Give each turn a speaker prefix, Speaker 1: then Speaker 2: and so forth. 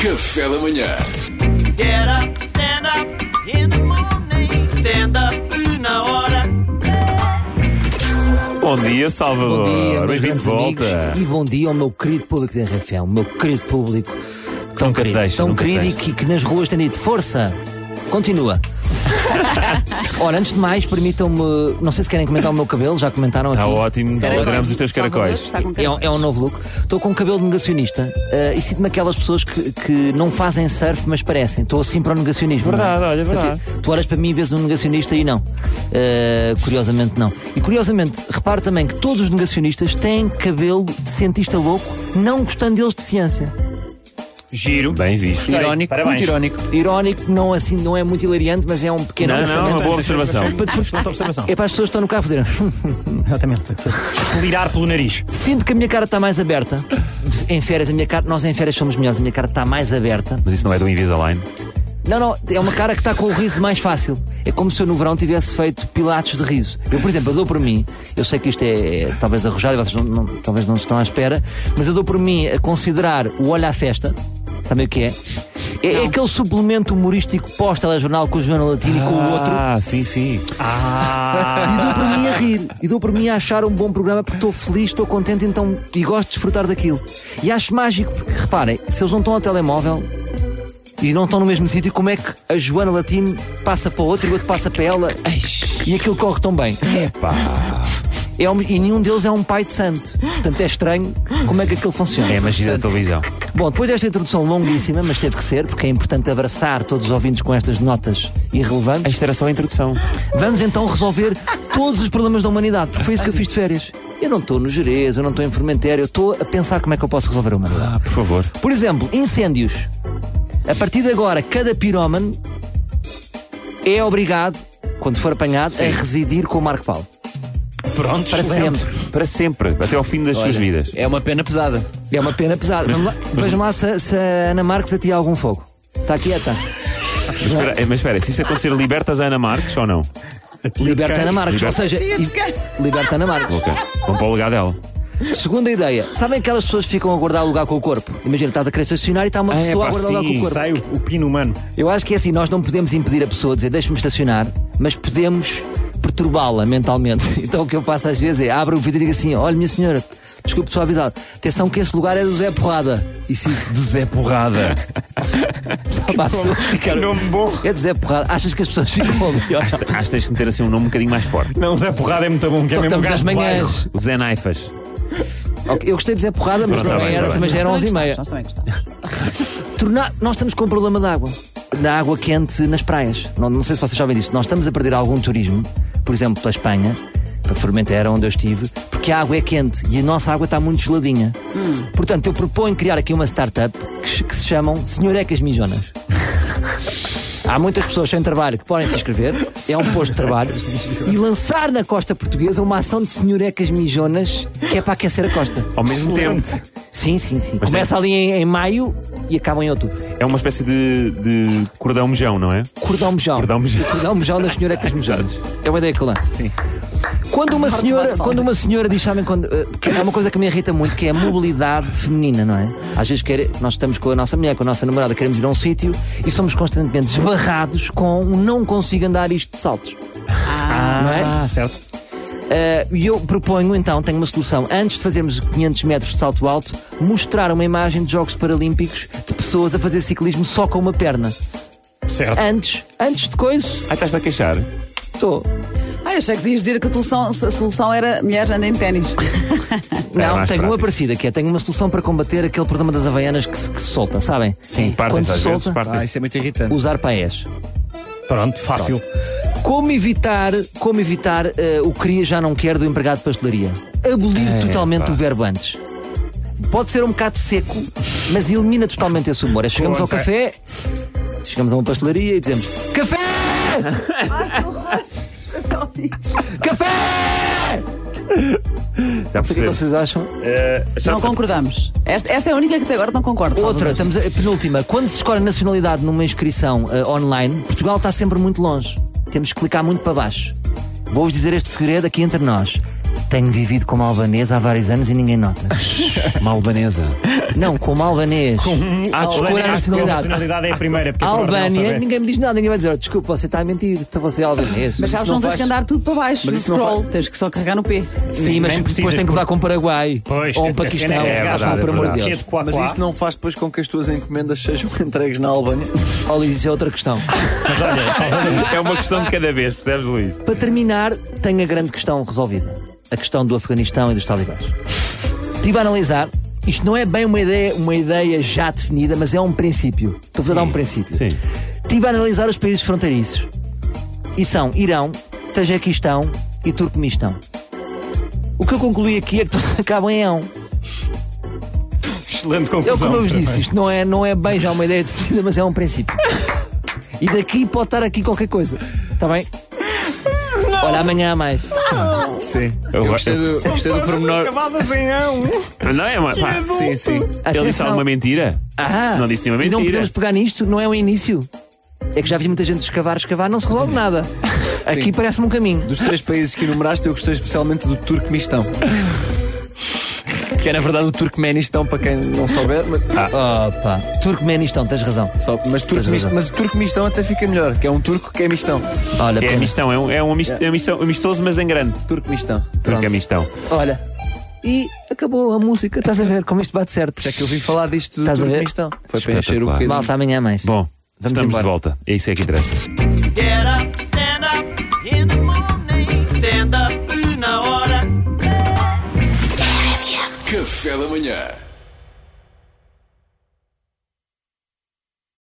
Speaker 1: Café da manhã.
Speaker 2: Get up, stand up in the morning. Stand up na hora.
Speaker 3: Bom dia, Salvador.
Speaker 4: Bom dia, meus
Speaker 3: Bem-vindo de
Speaker 4: grandes amigos.
Speaker 3: volta.
Speaker 4: E bom dia ao meu querido público da RFM, o meu querido público. Tão
Speaker 3: Nunca te
Speaker 4: querido,
Speaker 3: deixo,
Speaker 4: tão
Speaker 3: nunca te
Speaker 4: querido e
Speaker 3: deixo.
Speaker 4: que, que nas ruas tem dito força. Continua. Ora, antes de mais, permitam-me. Não sei se querem comentar o meu cabelo, já comentaram aqui.
Speaker 3: Está Tá ótimo. Adoramos os teus caracóis.
Speaker 5: Está com
Speaker 4: É um, é um novo look. Estou com um cabelo de negacionista eh, e sinto-me aquelas pessoas que, que não fazem surf, mas parecem. Estou assim para o negacionismo.
Speaker 3: Verdade,
Speaker 4: não é?
Speaker 3: olha, verdade.
Speaker 4: Tu, tu olhas para mim e vês um negacionista e não. Eh, curiosamente, não. E curiosamente, repare também que todos os negacionistas têm cabelo de cientista louco, não gostando deles de ciência.
Speaker 3: Giro. Bem visto.
Speaker 6: Irónico,
Speaker 3: Parabéns.
Speaker 6: muito irónico.
Speaker 4: Irónico, não, assim, não é muito hilariante, mas é um pequeno
Speaker 3: Não, não, uma
Speaker 4: pensamento.
Speaker 3: boa observação.
Speaker 4: Para te-
Speaker 6: Excelente observação.
Speaker 4: É para as pessoas que estão no carro fazer. Eu também.
Speaker 6: Expirar pelo nariz.
Speaker 4: Sinto que a minha cara está mais aberta. De- Em férias, a minha cara, nós em férias somos melhores, a minha cara está mais aberta.
Speaker 3: Mas isso não é do Invisalign.
Speaker 4: Não, não, é uma cara que está com o riso mais fácil. É como se eu no verão tivesse feito pilates de riso. Eu, por exemplo, eu dou por mim, eu sei que isto é, é, talvez arrojado, e vocês não, não- talvez não estão à espera, mas eu dou por mim a considerar o Olho à Festa, sabem o que é? É, é aquele suplemento humorístico pós-telejornal com o Joana Latino e com o outro.
Speaker 3: Ah, sim, sim.
Speaker 4: E dou por mim a rir. E dou por mim a achar um bom programa porque estou feliz, estou contente então, e gosto de desfrutar daquilo. E acho mágico porque, reparem, se eles não estão ao telemóvel e não estão no mesmo sítio, como é que a Joana Latino passa para outra e o outro passa para ela e aquilo corre tão bem? É um- e nenhum deles é um pai de santo. Portanto, é estranho como é que aquilo funciona.
Speaker 3: É a magia da televisão.
Speaker 4: Bom, depois desta introdução longuíssima, mas teve que ser, porque é importante abraçar todos os ouvintes com estas notas irrelevantes.
Speaker 3: Ah, Isto era só a introdução.
Speaker 4: Vamos então resolver todos os problemas da humanidade, porque foi isso que eu fiz de férias. Eu não estou no Jerez, eu não estou em Formentera, eu estou a pensar como é que eu posso resolver a humanidade.
Speaker 3: Ah, por favor.
Speaker 4: Por exemplo, incêndios. A partir de agora, cada pirómano é obrigado, quando for apanhado, a residir com o Marco Paulo.
Speaker 6: Pronto,
Speaker 4: Para
Speaker 6: excelente.
Speaker 4: sempre.
Speaker 3: Para sempre, até ao fim das suas vidas.
Speaker 6: É uma pena pesada.
Speaker 4: É uma pena pesada. Vamos lá- vejam lá se, se a Ana Marques atira algum fogo. Está quieta.
Speaker 3: Mas espera, eh, mas espera, se isso acontecer, libertas a Ana Marques ou não?
Speaker 4: Liberta Ana Marques.
Speaker 3: Liberta.
Speaker 4: Ou seja, e- liberta Ana Marques.
Speaker 3: Ok. Vamos para o lugar dela.
Speaker 4: Segunda ideia. Sabem aquelas pessoas que ficam a guardar o lugar com o corpo? Imagina, estás a querer estacionar e está uma
Speaker 3: Ah, é,
Speaker 4: pessoa
Speaker 3: pá,
Speaker 4: a guardar o lugar com
Speaker 3: sim,
Speaker 4: o corpo.
Speaker 6: Sai o, o pino humano.
Speaker 4: Eu acho que é assim, nós não podemos impedir a pessoa de dizer deixe-me estacionar, mas podemos perturbá-la mentalmente. Então o que eu faço às vezes é abro o vidro e digo assim: olha, minha senhora, desculpe só avisado, atenção que esse lugar é do Zé Porrada. E se
Speaker 3: Do Zé Porrada.
Speaker 4: só para a pessoa ficar.
Speaker 6: nome bom.
Speaker 4: É do Zé Porrada. Achas que as pessoas ficam ali?
Speaker 3: Acho que tens de meter assim um nome um bocadinho mais forte.
Speaker 6: Não, Zé Porrada é muito bom, que
Speaker 4: Só
Speaker 6: é
Speaker 4: que
Speaker 6: mesmo
Speaker 4: estamos às
Speaker 6: gajo de bairro.
Speaker 4: manhãs.
Speaker 3: O Zé Naifas.
Speaker 4: Ok, Eu gostei de Zé Porrada, mas
Speaker 3: Pronto, tá
Speaker 4: também
Speaker 3: bem,
Speaker 4: era,
Speaker 3: tá bem.
Speaker 4: também já era
Speaker 5: Nós
Speaker 4: 11
Speaker 5: também
Speaker 4: e meia.
Speaker 5: gostamos, Nós também gostamos.
Speaker 4: Tornar- nós estamos com um problema de água. Da água quente nas praias. Não, não sei se vocês sabem disso. Nós estamos a perder algum turismo, por exemplo, pela Espanha, para Formentera, onde eu estive, porque a água é quente e a nossa água está muito geladinha.
Speaker 5: Hum.
Speaker 4: Portanto, eu proponho criar aqui uma startup que, se- que se chamam Senhorecas Mijonas. Há muitas pessoas sem trabalho que podem se inscrever, é um posto de trabalho, e lançar na costa portuguesa uma ação de senhorecas mijonas que é para aquecer a costa.
Speaker 3: Ao mesmo tempo.
Speaker 4: Sim, sim, sim. Começa ali em, em maio e acaba em outubro.
Speaker 3: É uma espécie de, de cordão mojão, não é?
Speaker 4: Cordão mojão.
Speaker 3: Cordão mojão.
Speaker 4: Cordão mojão das senhorecas mojadas. É uma ideia que eu lanço. Sim. Quando uma senhora, quando uma senhora diz, sabem, quando, eh, que é uma coisa que me irrita muito, que é a mobilidade feminina, não é? Às vezes quer, nós estamos com a nossa mulher, com a nossa namorada, queremos ir a um sítio e somos constantemente esbarrados com um não consigo andar isto de saltos. Não é?
Speaker 6: Ah, certo.
Speaker 4: Eh, E eu proponho então, tenho uma solução. Antes de fazermos 500 metros de salto alto, mostrar uma imagem de Jogos Paralímpicos de pessoas a fazer ciclismo só com uma perna.
Speaker 6: Certo.
Speaker 4: Antes, antes de coisa,
Speaker 3: Ah, estás-te a queixar?
Speaker 4: estou.
Speaker 5: Ah, eu achei que ias dizer que a solução, a solução era mulheres andem de ténis.
Speaker 3: Era
Speaker 4: Não,
Speaker 3: mais
Speaker 4: tenho uma
Speaker 3: prático.
Speaker 4: parecida que é, tenho uma solução para combater aquele problema das havaianas que se, que se solta, sabem?
Speaker 3: Sim,
Speaker 4: Quando
Speaker 3: partem-se
Speaker 4: se
Speaker 3: às vezes.
Speaker 4: solta,
Speaker 6: Ah,
Speaker 3: Partem-se.
Speaker 6: isso é muito irritante.
Speaker 4: usar paés.
Speaker 6: Pronto, fácil.
Speaker 4: Como evitar, como evitar eh, o queria já não quer do empregado de pastelaria?
Speaker 3: É,
Speaker 4: Abolir totalmente o verbo antes. Pode ser um bocado seco, mas elimina totalmente esse humor. É, chegamos ao
Speaker 6: Conta.
Speaker 4: café, chegamos a uma pastelaria e dizemos: Café! Café!
Speaker 3: Já
Speaker 4: O que é que
Speaker 3: percebemos.
Speaker 4: vocês acham?
Speaker 5: Não concordamos. Esta, esta é a única que até agora não concordo.
Speaker 4: Outra,
Speaker 5: Salvador.
Speaker 4: estamos a, penúltima. Quando se escolhe nacionalidade numa inscrição eh, online, Portugal está sempre muito longe. Temos que clicar muito para baixo. Vou-vos dizer este segredo aqui entre nós. Tenho vivido como albanesa há vários anos e ninguém nota.
Speaker 3: Uma albanesa.
Speaker 4: Não, como albanês. Há descura a nacionalidade.
Speaker 6: nacionalidade é a primeira, porque
Speaker 4: A
Speaker 6: a primeira não
Speaker 4: Albânia,
Speaker 6: sabe.
Speaker 4: ninguém me diz nada, ninguém vai dizer, "Oh, desculpe, você está a mentir, então você é albanês.
Speaker 5: Mas
Speaker 4: Isso
Speaker 5: sabes, não, tens
Speaker 4: faz-
Speaker 5: que andar tudo para baixo
Speaker 3: Mas
Speaker 5: no
Speaker 3: isso não
Speaker 5: scroll. Tens que só carregar no P.
Speaker 4: Sim, mas
Speaker 6: nem
Speaker 4: depois
Speaker 6: precisas
Speaker 4: tem que
Speaker 6: por-
Speaker 4: levar com o Paraguai
Speaker 6: Pois,
Speaker 4: ou
Speaker 6: a
Speaker 4: um Paquistão.
Speaker 6: cena é
Speaker 4: Ah,
Speaker 3: verdade,
Speaker 4: pá,
Speaker 3: é
Speaker 4: por amor de
Speaker 3: verdade.
Speaker 6: Que é
Speaker 4: Deus.
Speaker 6: de quá,
Speaker 1: Mas
Speaker 6: quá.
Speaker 1: isso não faz depois com que as tuas encomendas sejam entregues na Albânia?
Speaker 4: Olha, isso é outra questão.
Speaker 3: É uma questão de cada vez, percebes, Luís?
Speaker 4: Para terminar, tenho a grande questão resolvida: a questão do Afeganistão e dos talibãs. Estive a analisar. Isto não é bem uma ideia, uma ideia já definida, mas é um princípio. Estou a dar um princípio.
Speaker 3: sim.
Speaker 4: Estive a analisar os países fronteiriços. E são Irão, Tajiquistão e Turcomenistão. O que eu concluí aqui é que todos acabam em ão.
Speaker 6: Excelente
Speaker 4: É o que
Speaker 3: um
Speaker 6: conclusão.
Speaker 4: eu vos disse, isto não é, não é bem já uma ideia definida, mas é um princípio. E daqui pode estar aqui qualquer coisa. Está bem? Olha, amanhã há mais.
Speaker 1: Sim.
Speaker 3: Eu
Speaker 1: Eu gostei do, eu gostei do pormenor.
Speaker 6: Acabadas em não.
Speaker 3: Não é, uma, pá,
Speaker 1: Sim, sim.
Speaker 3: Ele disse
Speaker 4: Atenção.
Speaker 3: alguma mentira?
Speaker 4: Ah,
Speaker 3: Não disse nenhuma
Speaker 4: e Não
Speaker 3: mentira.
Speaker 4: podemos pegar nisto, não é um início. É que já vi muita gente escavar, escavar, não se resolve nada. Aqui parece-me um caminho.
Speaker 1: Dos três países que enumeraste, eu gostei especialmente do Turquemistão. Que é na verdade o Turquemenistão, para quem não souber, mas,
Speaker 4: Opa, Turcomenistão, Ah. tens razão.
Speaker 1: só, mas, Turquemist-
Speaker 4: razão.
Speaker 1: mas o Turquemistão até fica melhor, que é um turco que é mistão.
Speaker 3: É
Speaker 4: Olha, pena.
Speaker 3: mistão, é um, é um mist- é mistão, amistoso, mas em grande.
Speaker 1: Turquemistão.
Speaker 3: Porque é mistão.
Speaker 4: olha. E acabou a música, estás a ver como isto bate certo.
Speaker 1: Já É que eu vi falar disto do
Speaker 4: Estás a ver?
Speaker 1: Turquemistão. Foi para encher o
Speaker 3: Espetacular.
Speaker 1: bocadinho.
Speaker 4: Malta, amanhã há mais.
Speaker 3: Bom, estamos
Speaker 4: embora.
Speaker 3: de volta. É isso é que interessa.
Speaker 2: Get up, stand up in the morning. Stand up, una hora.
Speaker 7: Café da manhã.